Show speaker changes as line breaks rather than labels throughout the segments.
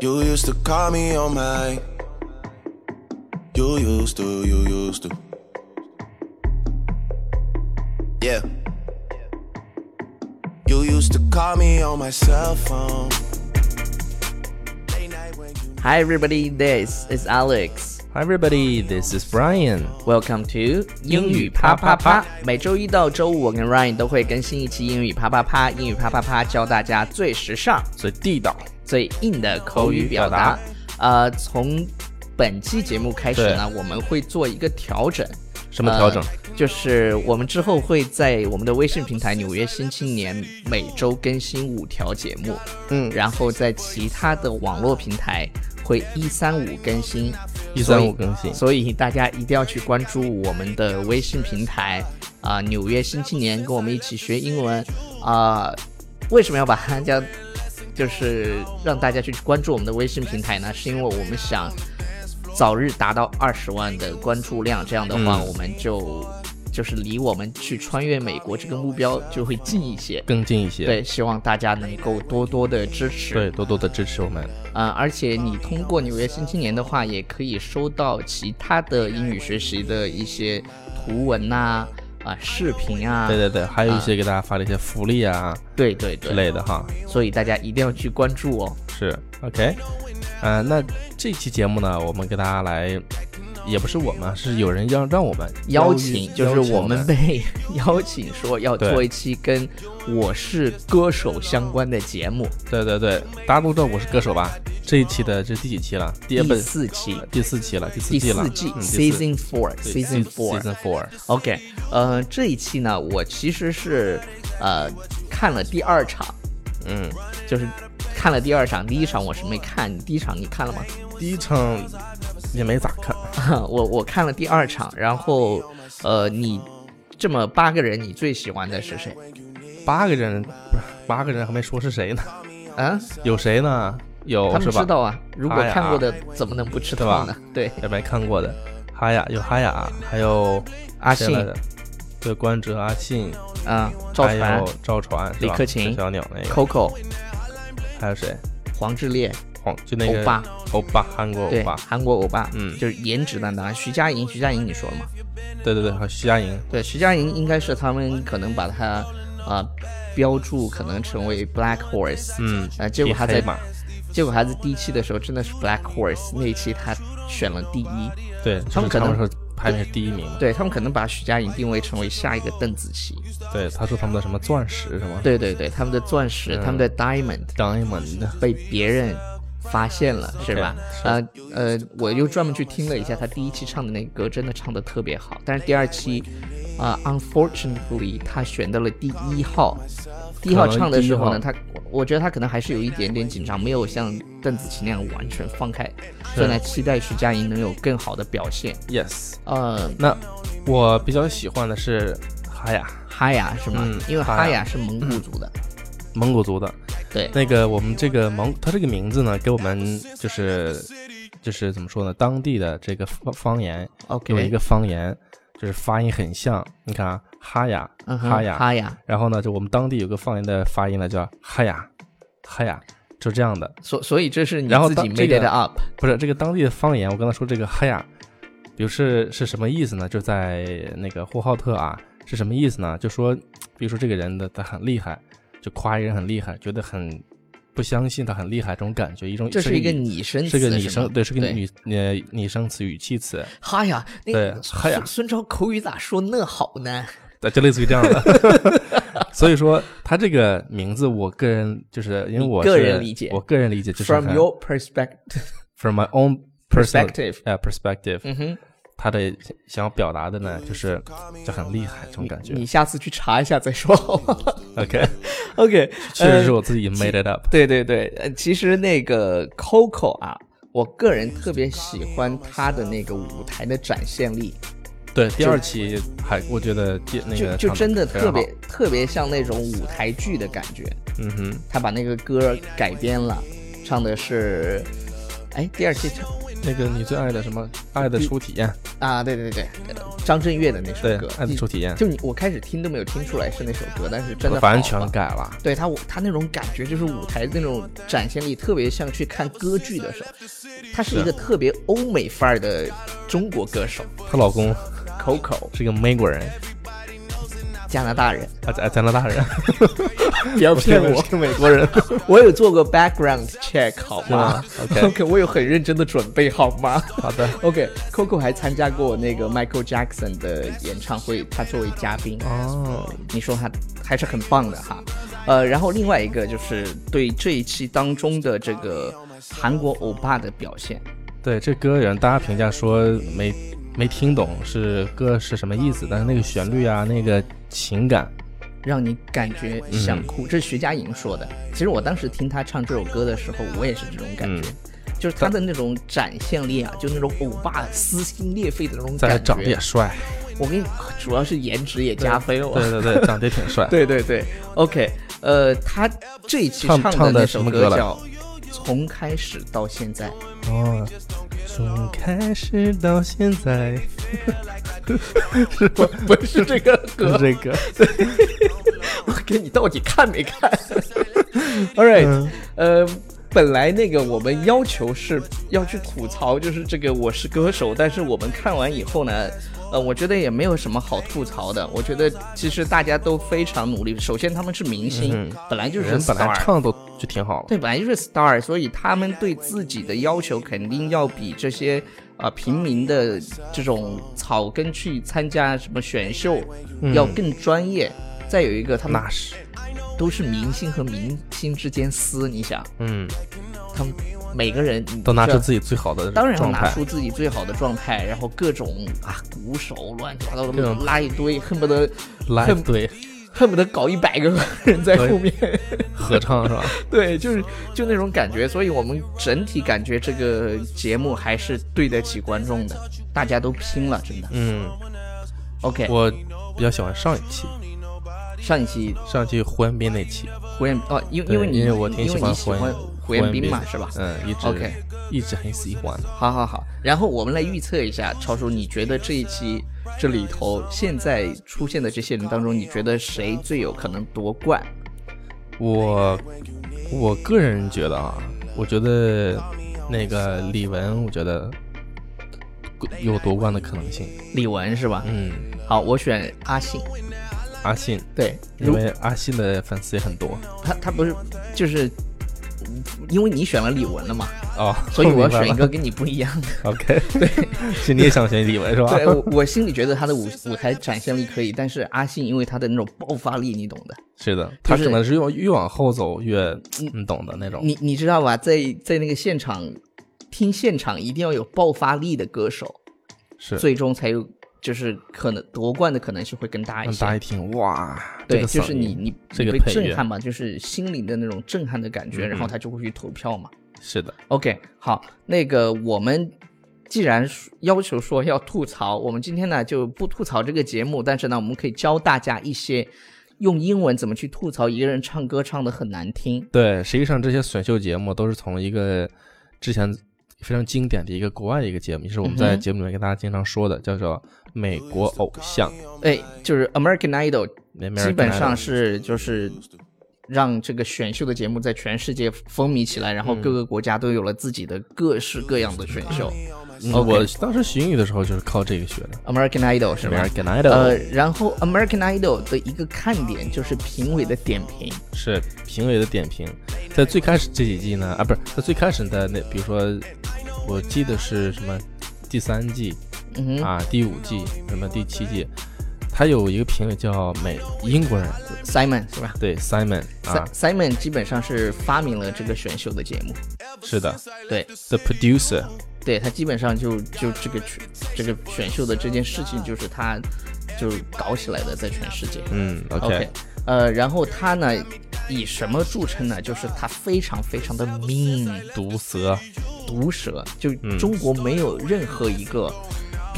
You used to call me on my. You used to, you used to. Yeah. You used to call me on my cell phone. Late night when you-
Hi, everybody. This is Alex.
Hi everybody, this is Brian.
Welcome to 英语啪啪啪。每周一到周五，我跟 Ryan 都会更新一期英语啪啪啪。英语啪啪啪教大家最时尚、
最地道，
最硬的口语表达。呃，从本期节目开始呢，我们会做一个调整。
什么调整？
呃就是我们之后会在我们的微信平台《纽约新青年》每周更新五条节目，
嗯
然后在其他的网络平台会一三五更新，
一三五更新。
所以大家一定要去关注我们的微信平台啊、纽约新青年》，跟我们一起学英文啊、为什么要把大家就是让大家去关注我们的微信平台呢？是因为我们想早日达到二十万的关注量，这样的话，
嗯
我们就就是离我们去穿越美国这个目标就会近一些。
更近一些，
对，希望大家能够多多的支持。
对，多多的支持我们。
呃，而且你通过纽约新青年的话，也可以收到其他的英语学习的一些图文呐、啊、视频啊，
对对对，还有一些给大家发的一些福利啊
对对
之
对
类的哈。
所以大家一定要去关注哦。
是，OK，呃，那这期节目呢，我们给大家来，也不是我们，是有人要让我们
邀请就是我
邀
们
请
被 邀请说要
对
做一期跟我是歌手相关的节目，
对对对，大家都知道我是歌手吧？这一期的这是第几期了？第
第
不是
四期，
第四期了，第四
第
季了，
四季
嗯第四
season four
对
season four
season four，
OK，呃，这一期呢，我其实是呃看了第二场。
嗯，
就是看了第二场，第一场我是没看，第一场你看了吗？
第一场也没咋看，
我我看了第二场，然后呃，你这么八个人，你最喜欢的是谁？
八个人，不是八个人还没说是谁呢？
啊，
有谁呢？有
他们
哦是吧？
知道啊，如果
哎呀
看过的怎么能不知道呢？对，
也没看过的，哈雅有哈雅，还有
阿
谁
信
来着，对，关喆、阿信，
啊、赵
还
传
有、赵传、是
李
吧
克勤
是小鸟那个，
Coco、
还有谁？
黄致列、
黄就那个
欧巴，，
欧巴，韩国欧
对，
巴，
韩国欧巴，
嗯
就是颜值担当。徐佳莹，徐佳莹你说了吗？
对对对，还有徐佳莹，
对，徐佳莹应该是他们可能把她啊、呃标注可能成为 Black Horse，
嗯，
呃，结果她在
马，
结果孩子第一期的时候真的是 Black Horse 那一期他选了第一，
对，
他们可能
就是说排名是第一名嘛，
对他们可能把许佳莹定位成为下一个邓紫棋，
对，他说他们的什么钻石什么，
对对对，他们的钻石，
嗯
他们的 Diamond
，diamond，
被别人发现了，是吧？呃呃，我又专门去听了一下他第一期唱的那个歌，真的唱的特别好，但是第二期。啊、u n f o r t u n a t e l y 他选到了第一号，第一号
可能
唱的
第一
时候呢，
号
他我觉得他可能还是有一点点紧张，没有像邓紫棋那样完全放开，所以呢，期待徐佳莹能有更好的表现。
，yes，
呃，
那我比较喜欢的是哈雅，
哈雅是吗？
嗯
因为哈
哈
雅
雅嗯
是蒙古族的，
蒙古族的，
对，
那个我们这个蒙，它这个名字呢，给我们就是就是怎么说呢，当地的这个方方言
OK
有一个方言，就是发音很像。你看啊，哈雅，
嗯哼
哈雅，
哈雅。
然后呢，就我们当地有个方言的发音呢，叫哈雅，哈雅，就这样的。
所所以这是你
然后
自
当
己
这
made
个
it up，
不是这个当地的方言，我刚才说这个哈雅，比如是是什么意思呢？就在那个呼和浩特啊，是什么意思呢？就说，比如说这个人的他很厉害，就夸一个人很厉害，觉得很不相信他很厉害这种感觉，一种
这是一个
语
拟声词
嗯是
吗，
个拟声，对，是个
对
拟呃拟声词、语气词，
哈雅，那
对
个
哈雅
孙孙超口语咋说那好呢？
对，就类似于这样的。 所以说，他这个名字，我个人就是因为我
你个
是
人理解
我个人理解就是
From
很
your perspective，
from my own personal-
Perspective
呃 perspective，
嗯哼，
他的想要表达的呢，就是就很厉害这种感觉。
你下次去查一下再说好吗
OK，
？OK，
确实是
呃
我自己 made it up。
对对对，呃，其实那个 Coco 啊，我个人特别喜欢她的那个舞台的展现力，
对，第二期还我觉得第那
就
个
就
唱
真的
非
特
常好
别，特别像那种舞台剧的感觉。
嗯哼，
他把那个歌改编了，唱的是，哎，第二期唱
那个你最爱的什么？爱的初体验，
啊，对对对，呃张震岳的那首
对
歌，，
爱的初体验，
就你我开始听都没有听出来是那首歌，但是真的
反正
好
全
棒
改了。
对他舞，他那种感觉就是舞台那种展现力，特别像去看歌剧的时候。他是一个特别欧美范儿的中国歌手
她老公
，Coco，
是个美国人，
加拿大 人，
啊，加加拿大人，
不要骗
我
我，
是美国人，
我有做过 background check 好吗
是吗？OK
？OK，我有很认真的准备好吗
好的。
？OK，Coco、还参加过那个 Michael Jackson 的演唱会，他作为嘉宾。
哦，
你说他还是很棒的哈。呃，然后另外一个就是对这一期当中的这个韩国欧巴的表现，
对，这歌有人大家评价说没没听懂是歌是什么意思，但是那个旋律啊，那个情感，
让你感觉想哭。
嗯
这是徐佳莹说的。其实我当时听她唱这首歌的时候，我也是这种感觉。
嗯
就是她的那种展现力啊，就那种欧巴撕心裂肺的那种
再
感觉。
长得也帅，
我跟你，主要是颜值也加分哦。
对对对，长得也挺帅。
对对对，OK，呃，他这一期
唱
的
唱
那
的什
首
么歌了
叫《从开始到现在》，
哦，从开始到现在，
不不是这个歌
就，这个
我给你到底看没 看？All right，、呃，
嗯
本来那个我们要求是要去吐槽，就是这个《我是歌手》，但是我们看完以后呢，呃，我觉得也没有什么好吐槽的。我觉得其实大家都非常努力。首先他们是明星，
嗯哼
本来就是
人本来
star，
唱都就挺好了。
对，本来就是 star，所以他们对自己的要求肯定要比这些啊、呃平民的这种草根去参加什么选秀、要更专业。再有一个，他们
嗯那是，
都是明星和明星之间撕，你想，
嗯，
他们每个人
都拿出
这
自己最好的
当然要
状
拿
态，
出自己最好的状态，然后各种啊鼓手乱七八糟
各
的
种
拉一堆，恨不得
来
恨
对
恨不得搞一百个人在
对
后面。
合唱 是吧？
对，就是就那种感觉，所以我们整体感觉这个节目还是对得起观众的，大家都拼了，真的。
嗯，
OK，
我比较喜欢上一期，
上一期
上一期胡彦斌那期，
胡彦哦，因
对
因为你
因为我挺
因为你
欢
喜
胡
欢
彦
胡彦斌嘛，是吧？哦
嗯，一直
OK
一直很喜欢。
好好好，然后我们来预测一下，超叔，你觉得这一期这里头现在出现的这些人当中，你觉得谁最有可能夺冠？
我我个人觉得啊，我觉得那个李玟，我觉得有夺冠的可能性。
李玟是吧？
嗯，
好，我选阿信。
阿信，
对，
因
如
为阿信的粉丝也很多
他他不是就是嗯因为你选了李玟了嘛，
哦，
所以我要
明白
选一
了
个跟你不一样的。
OK，对，是你也想选李玟是吧？
对我我心里觉得他的舞舞台展现力可以，但是阿信因为他的那种爆发力，你懂的。
是的，他
就是
可能是越往越往后走越嗯你懂的那种。
你你知道吧？在在那个现场听现场，一定要有爆发力的歌手。
是，
最终才有就是可能夺冠的可能性会更大一
让
些。
大家一听哇，
对，
这个
就
嗓
是
音
你你
这
你
个
被
配
震
乐嗯
撼嘛，就是心里的那种震撼的感觉，然后他就会去投票嘛。
是的，
OK，好，那个我们既然说要求说要吐槽，我们今天呢就不吐槽这个节目，但是呢，我们可以教大家一些用英文怎么去吐槽一个人唱歌唱的很难听。
对，实际上这些选秀节目都是从一个之前非常经典的一个国外的一个节目，也是我们
嗯
在节目里面跟大家经常说的，叫做美国偶像。
哎，就是 American Idol 基
American
本
Idol
上是就是让这个选秀的节目在全世界风靡起来，然后各个国家都有了自己的各式各样的选秀。
嗯
OK
我当时学英语的时候就是靠这个学的。
American Idol 是吧？
American Idol、
呃，然后 American Idol 的一个看点就是评委的点评，
是评委的点评，在最开始这几季呢，啊，不是在最开始的那，比如说，我记得是什么第三季，
嗯哼
啊，第五季，什么第七季，他有一个评委叫美英国人，
，Simon 是吧、
对 Simon 啊，
s i m o n 基本上是发明了这个选秀的节目，
是的
对，
，The Producer，
对他基本上就就这个选这个选秀的这件事情，就是他就搞起来的，在全世界。
嗯
OK，呃，然后他呢以什么著称呢？就是他非常非常的 mean，
毒舌，嗯
毒舌，就中国没有任何一个。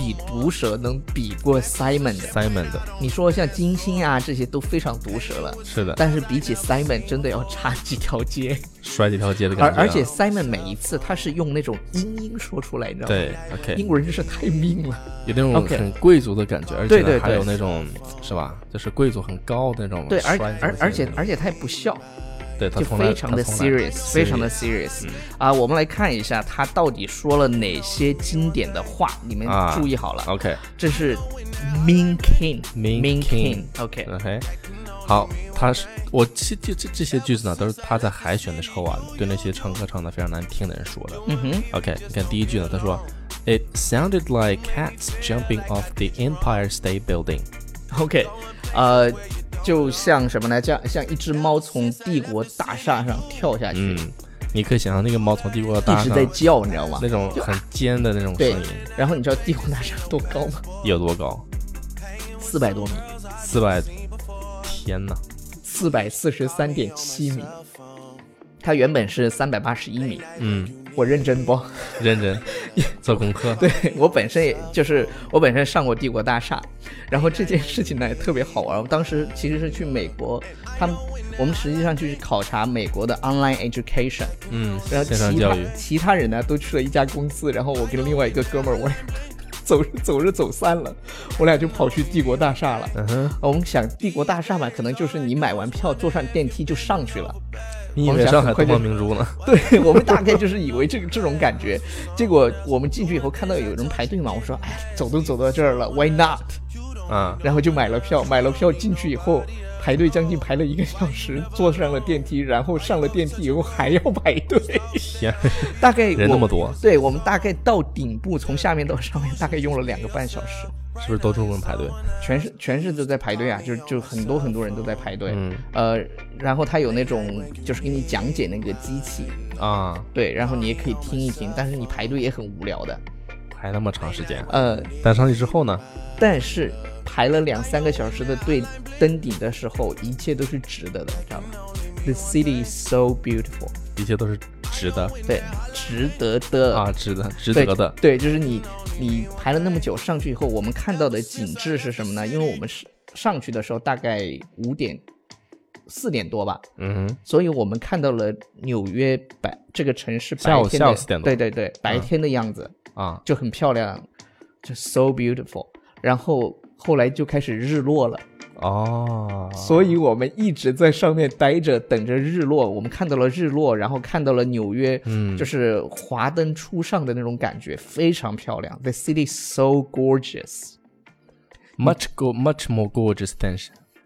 比毒舌能比过 Simon 的。
Simon 的，
你说像金星啊这些都非常毒舌了，
是的，
但是比起 Simon 真的要差几条街。
摔几条街的感
而
觉啊、
而且 Simon 每一次他是用那种英音说出来，你知道吗？
对，OK，
英国人真是太命了。
有那种
OK
很贵族的感觉，而且
对对
呢还有
对
那种是吧，就是贵族很高的那种
对，
摔
而
东西的那种。
而而且而且他也不笑，
对他
就
从来
非常的
他从来
serious，非常的 serious。啊，我们来看一下他到底说了哪些经典的话，你们
啊
注意好了，
OK
这是 Mean King。
Mean
King 嗯
King。
OK，
OK，好，他是我这这这这些句子呢，都是他在海选的时候啊，对那些唱歌唱的非常难听的人说的。
嗯哼，
OK，你看第一句呢，他说，It sounded like cats jumping off the Empire State Building。
OK，呃，就像什么呢？像像一只猫从帝国大厦上跳下去，
嗯，你可以想象那个猫从帝国
一
大
直
厦
在叫，你知道吗
那？种很尖的那种声
对
音，
然后你知道帝国大厦多高吗？
有多高？
四百多米，
四百，天呐，
四百四十三点七米。它原本是三百八十一米，
嗯，
我认真不？
认真做功课，
对我本身也就是我本身上过帝国大厦，然后这件事情呢也特别好玩。我当时其实是去美国，他们我们实际上去考察美国的 online education，
嗯，
然后
线上
其
教
他
育，
其他人呢都去了一家公司，然后我跟另外一个哥们儿，我俩 走着走着走散了，我俩就跑去帝国大厦了。
嗯哼，
我们想帝国大厦嘛，可能就是你买完票坐上电梯就上去 了。
你以
我们
为
想
上
很
海
快
东方
就
明珠呢？
对我们大概就是以为这个这种感觉，结果我们进去以后看到有人排队嘛，我说哎，走都走到这儿了，Why not？
啊，
然后就买了票，买了票进去以后排队将近排了一个小时，坐上了电梯，然后上了电梯以后还要排队。
天，
大概我
人那么多
对我们大概到顶部，从下面到上面，大概用了两个半小时，
是不是都中国人排队？
全是全是都在排队啊，就就很多很多人都在排队，
嗯
呃，然后他有那种就是给你讲解那个机器，
啊，
对，然后你也可以听一听，但是你排队也很无聊的，
排那么长时间，
呃，
但上去之后呢？
但是排了两三个小时的队登顶的时候，一切都是值得的，你知道吗？The city is so beautiful，
一切都是值得
对，值得的
啊，值得，值
对
得的。
对，就是你你排了那么久上去以后，我们看到的景致是什么呢？因为我们是上去的时候大概五点四点多吧，
嗯哼，
所以我们看到了纽约白这个城市白
下午
天
下
的
午4点多嗯
对对对，白天的样子、
啊，
就很漂亮，就 so beautiful。然后后来就开始日落了，
哦，
所以我们一直在上面待着，等着日落。我们看到了日落，然后看到了纽约，
嗯
就是华灯初上的那种感觉，非常漂亮。The city is so gorgeous。
much go much more gorgeous than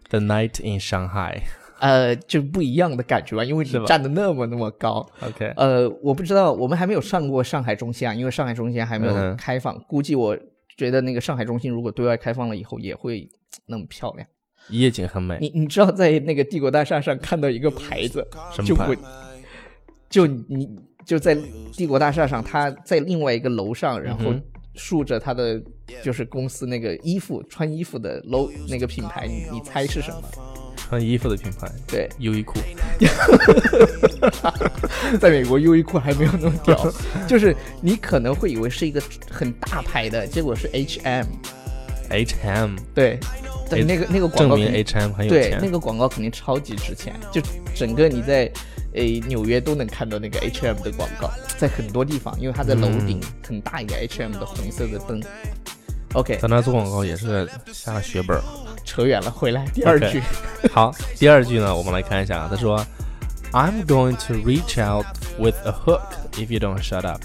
the night in Shanghai。
呃，就不一样的感觉吧，因为你
是吧
站的那么那么高。
OK，
呃，我不知道，我们还没有上过上海中心啊，因为上海中心还没
嗯
有
哼
开放。估计我觉得那个上海中心如果对外开放了以后，也会嗯那么漂亮。
夜景很美，
你你知道，在那个帝国大厦上看到一个牌子，
什
就
么
会
牌？，
就你就在帝国大厦上，他在另外一个楼上，然后
嗯哼
竖着他的就是公司那个衣服穿衣服的 l 那个品牌，你你猜是什么？
穿衣服的品牌，
对，
优衣库。
在美国优衣库还没有那么屌， 就是你可能会以为是一个很大牌的，结果是 H&M，
H&M
对，对，
哎
那个那个广
证
告
明
肯定
H&M 很有
对，那
钱。
个广告肯定超级值钱，就整个你在诶纽约都能看到那个 H&M 的广告，在很多地方，因为它在楼
嗯
顶很大一个 H&M 的红色的灯。OK，
在那做广告也是下了血本儿。
扯远了，回来第二句
OK 好，第二句呢，我们来看一下啊，他说，I'm going to reach out with a hook if you don't shut up。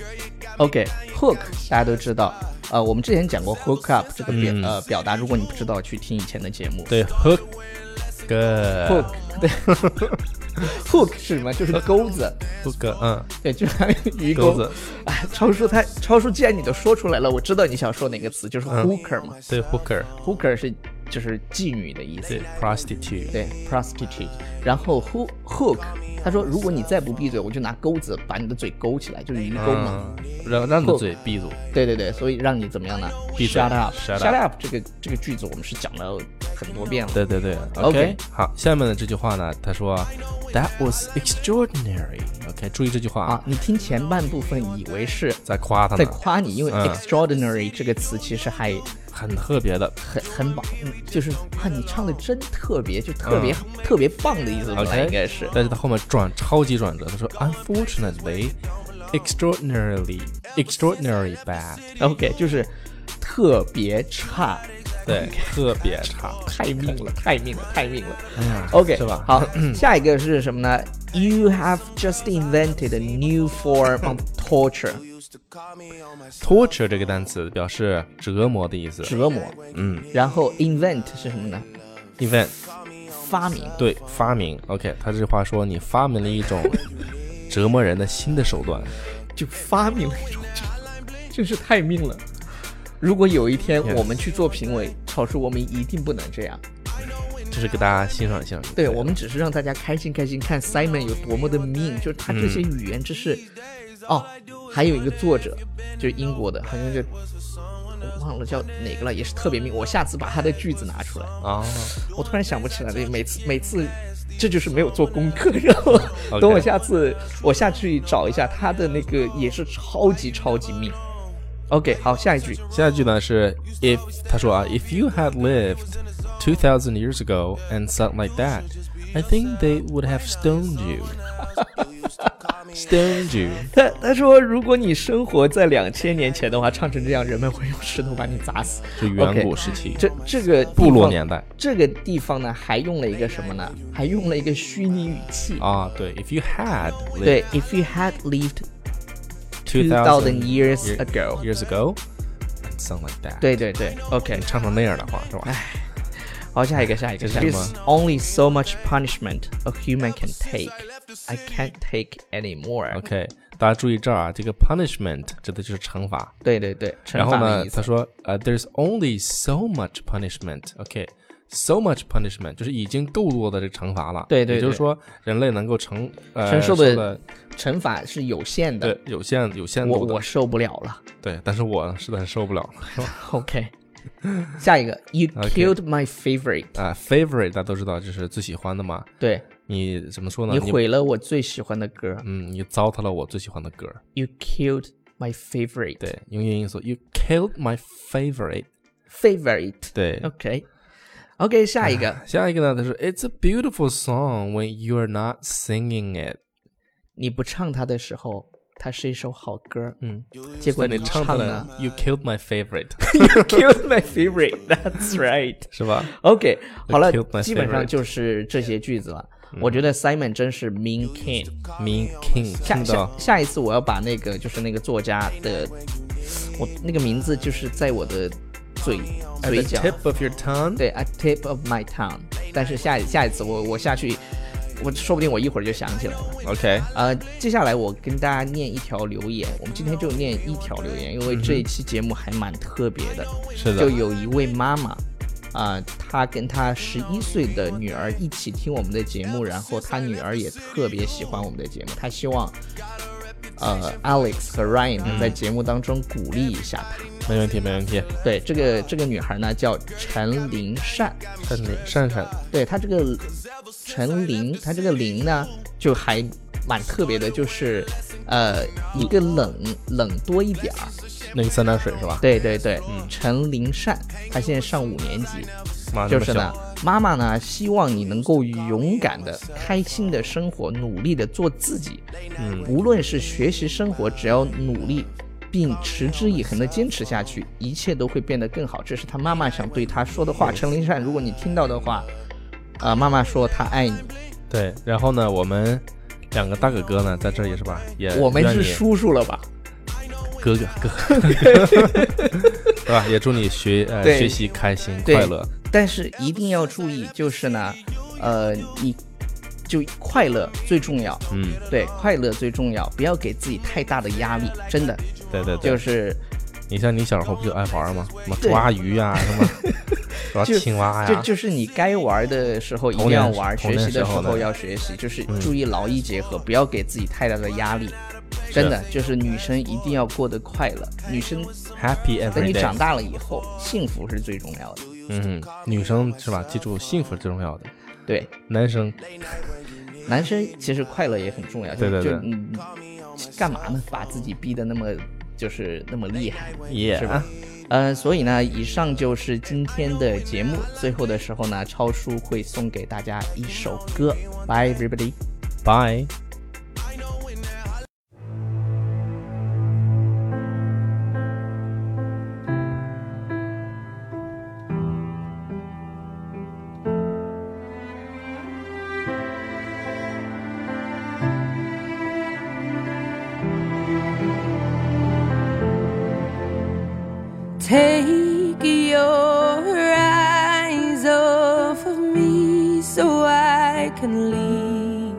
OK，hook、大家都知道，呃，我们之前讲过 hook up 这个表、
嗯
呃表达，如果你不知道，去听以前的节目。
对，hook。Good，hook，
hook 对 hook 是什么？就是钩子，
嗯，
对，就像鱼
钩
钩
子。
哎，超叔他超叔，既然你都说出来了，我知道你想说哪个词，就是
嗯
hooker 嘛。
对，hooker，
hooker 是就是妓女的意思
对，，prostitute，
对 prostitute。然后 hook hook，他说如果你再不闭嘴，我就拿钩子把你的嘴勾起来，就是鱼钩嘛。
嗯，让让你的
Hook
嘴闭住。
对对对，所以让你怎么样呢
闭嘴
？Shut up，shut
shut up
up 这个这个句子我们是讲了很多遍了。
对对对
OK
好，下面的这句话呢，他说，That was extraordinary。OK，注意这句话
啊，，你听前半部分以为是
在夸他
在
呢，
夸你，因为
嗯
extraordinary 这个词其实还
很特别的。
很很棒，嗯就是啊，你唱的真特别，就特别特别棒的意思吧，
嗯 OK，
应该是。
哎但是他后面转超级转折，他说，Unfortunately。Extraordinarily, extraordinary bad，
OK，就是特别差，
对，特别差，
太命了，太命了，太命了。
哎呀
OK，
是吧？
好，下一个是什么呢？You have just invented a new form of torture，
，torture 这个单词表示折磨的意思。
折磨。
嗯
然后 invent 是什么呢？
，event
发明。
对发明。OK，他这话说你发明了一种折磨人的新的手段。
就发明了一种这真是太命了。如果有一天
Yes
我们去做评委，草叔，我们一定不能这样。
这是给大家欣赏欣赏。
对我们只是让大家开心开心，看 Simon 有多么的 mean，就是他这些语言知识。哦，还有一个作者，就是英国的，好像就我忘了叫哪个了，也是特别 mean。我下次把他的句子拿出来，
啊，
我突然想不起来了。每次每次，这就是没有做功课。然后等我下次我下去找一下他的那个，也是超级超级 mean。OK，好，下一句。
下一句呢是 if 他说啊，if you had lived two thousand years ago and sung like that, I think they would have stoned you. stoned you.
他他说，如果你生活在两千年前的话，唱成这样，人们会用石头把你砸死。
就远
OK，
古时期
这这个地方
部落年代
这个地方呢，还用了一个什么呢？还用了一个虚拟语气。
啊，对，if you had lived
对，If you had lived two thousand
thousand
years
year-
ago，
years ago and sung like that，，
对对对，OK，
你唱成那样的话是吧？
好，下一个，下一个。
这是
There's
什
only so much punishment a human can take. I can't take anymore.
OK，大家注意这儿啊，这个 punishment 指的就是惩罚。
对对对，
然
惩
后
罚
呢
的意，
他
思。
说，呃、t h e r e s only so much punishment。OK，so、much punishment 就是已经够多的这个惩罚了。
对对
也就是
对
说，人类能够承呃
承受的
的
惩罚是有限的，
对有限有限
我
度的。
我受不了了。
对，但是我实在是受不了了。
OK，下一个，You
OK
killed my favorite，
啊、f a v o r i t e 大家都知道就是最喜欢的嘛。
对
你怎么说呢？
你
嗯你
毁了我最喜欢的歌
嗯，你糟蹋了我最喜欢的歌。
，You killed my favorite，
对，用英语说，You killed my favorite。
，favorite，
对。
，OK。OK，下一个，
下一个呢？他说，It's a beautiful song when you are not singing it。
你不唱它的时候，它是一首好歌，
嗯，
结果
那你
哦唱
唱了
呢
You killed my favorite，
，You killed my favorite，That's right。
是吧？
OK，好了
killed，my
基本上
favorite 嗯
就是这些句子了。我觉得 Simon 真是 mean king。
Mean King，
下
听
下
到
下一次我要把那个就是那个作家的，我那个名字就是在我的嘴
At the
嘴角，
tip of your tongue，
对，at tip of my tongue。但是下一下一次我我下去，我说不定我一会儿就想起来了。
，OK，
呃，接下来我跟大家念一条留言，我们今天就念一条留言，
嗯
因为这一期节目还蛮特别的。
是
就
的，
有一位妈妈，啊、她跟她十一岁的女儿一起听我们的节目，然后她女儿也特别喜欢我们的节目，她希望，呃，Alex 和 Ryan 能在节目当中鼓励一下她。
没问题，没问题。
对，这个这个女孩呢叫陈林善，
但是善善，
对她这个陈林，她这个林呢就还蛮特别的，就是呃一个冷冷多一点儿，
那个三点水是吧？
对对对，陈林善，她现在上五年级。
妈这
就
么
是呢
小，，
妈妈呢希望你能够勇敢的、开心的生活，努力的做自己。嗯，无论是学习、生活，只要努力并持之以恒的坚持下去，一切都会变得更好。这是他妈妈想对他说的话。陈林善，如果你听到的话，呃，妈妈说她爱你。
对。然后呢，我们两个大哥哥呢，在这儿也是吧？也
我们
愿
是
你
叔叔了吧？
哥哥哥，对吧？也祝你学呃
对
学习开心
对
快乐。
但是一定要注意，就是呢，呃，你就快乐最重要。
嗯，
对，快乐最重要，不要给自己太大的压力，真的。
对对对，
就是
你像你小时候不就爱玩吗？什么
对
抓鱼呀，什么抓
就
青蛙
就
哎呀，
就是你该玩的时候一定
童年
要玩，
童
学
年
习的
时候呢嗯
候要学习，就是注意劳逸结合，不要给自己太大的压力。真的，就是女生一定要过得快乐，女生
Happy
等
every
你
day
长。大了以后，幸福是最重要的。
嗯，女生是吧？记住，幸福是最重要的。
对，
男生，
男生其实快乐也很重要。就
对对对
就嗯，干嘛呢？把自己逼得那么就是那么厉害，
耶、
是吧？呃，所以呢，以上就是今天的节目。最后的时候呢，超叔会送给大家一首歌。Bye everybody。
Bye.
Take your eyes off of me so I can leave.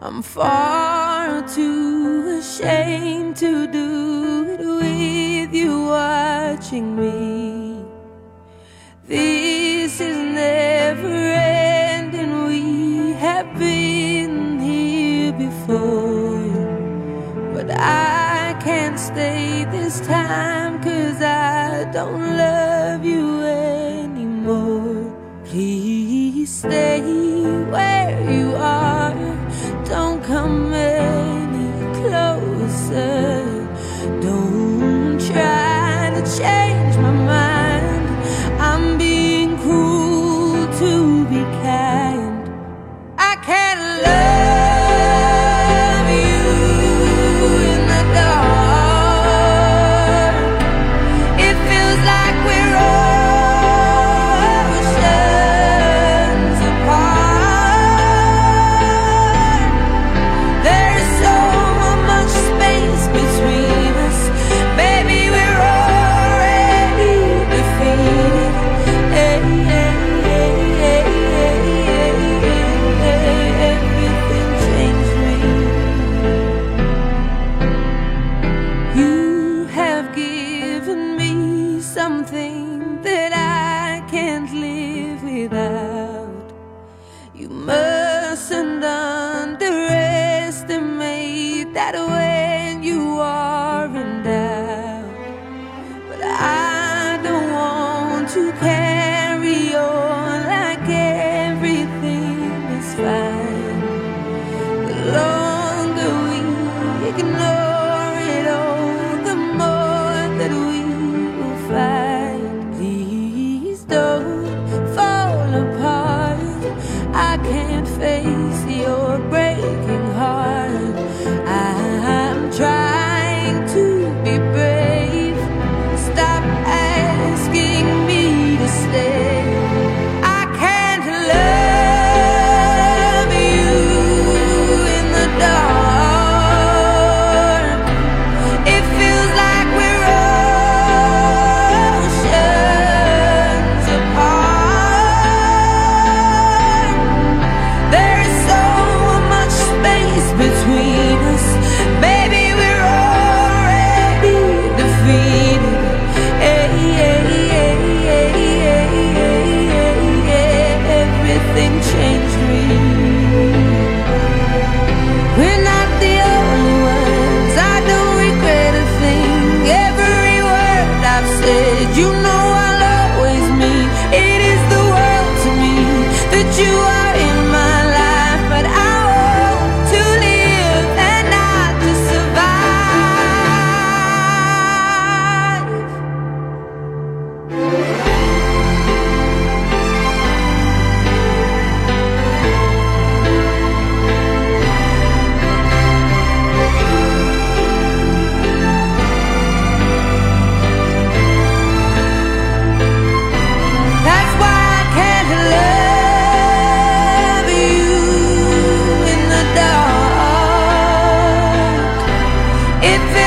I'm far too ashamed to do it with you watching me. This is never ending. We have been here before. But I can't stay this time cause I don't love you anymore. Please stay where you are. Don't come any closer. Don't try to change my mind. I'm being cruel to be kind. I can't love you in the dark. It feels like we're oceans apart. There's so much space between us. Baby, we're already defeated. Everything changed me. You have given me something that I can't live without. You mustn't underestimate that when you are in doubt. But I don't want to carry on like everything is fine. The longer we ignore it all, the more that we will find. Please don't fall apart. I can't face your breaking heart. I'm trying to be brave. Stop asking me to stay. I can't love you in the dark. It feels like we're oceans apart. There's so much space between us. Baby, we're already defeated. Everything changed me. We're not the only ones. I don't regret a thing. Every word I've said, you know I'll always mean. It is the world to me that you are in my life, but I want to live and not to survive. That's why I can't love you in the dark. It feels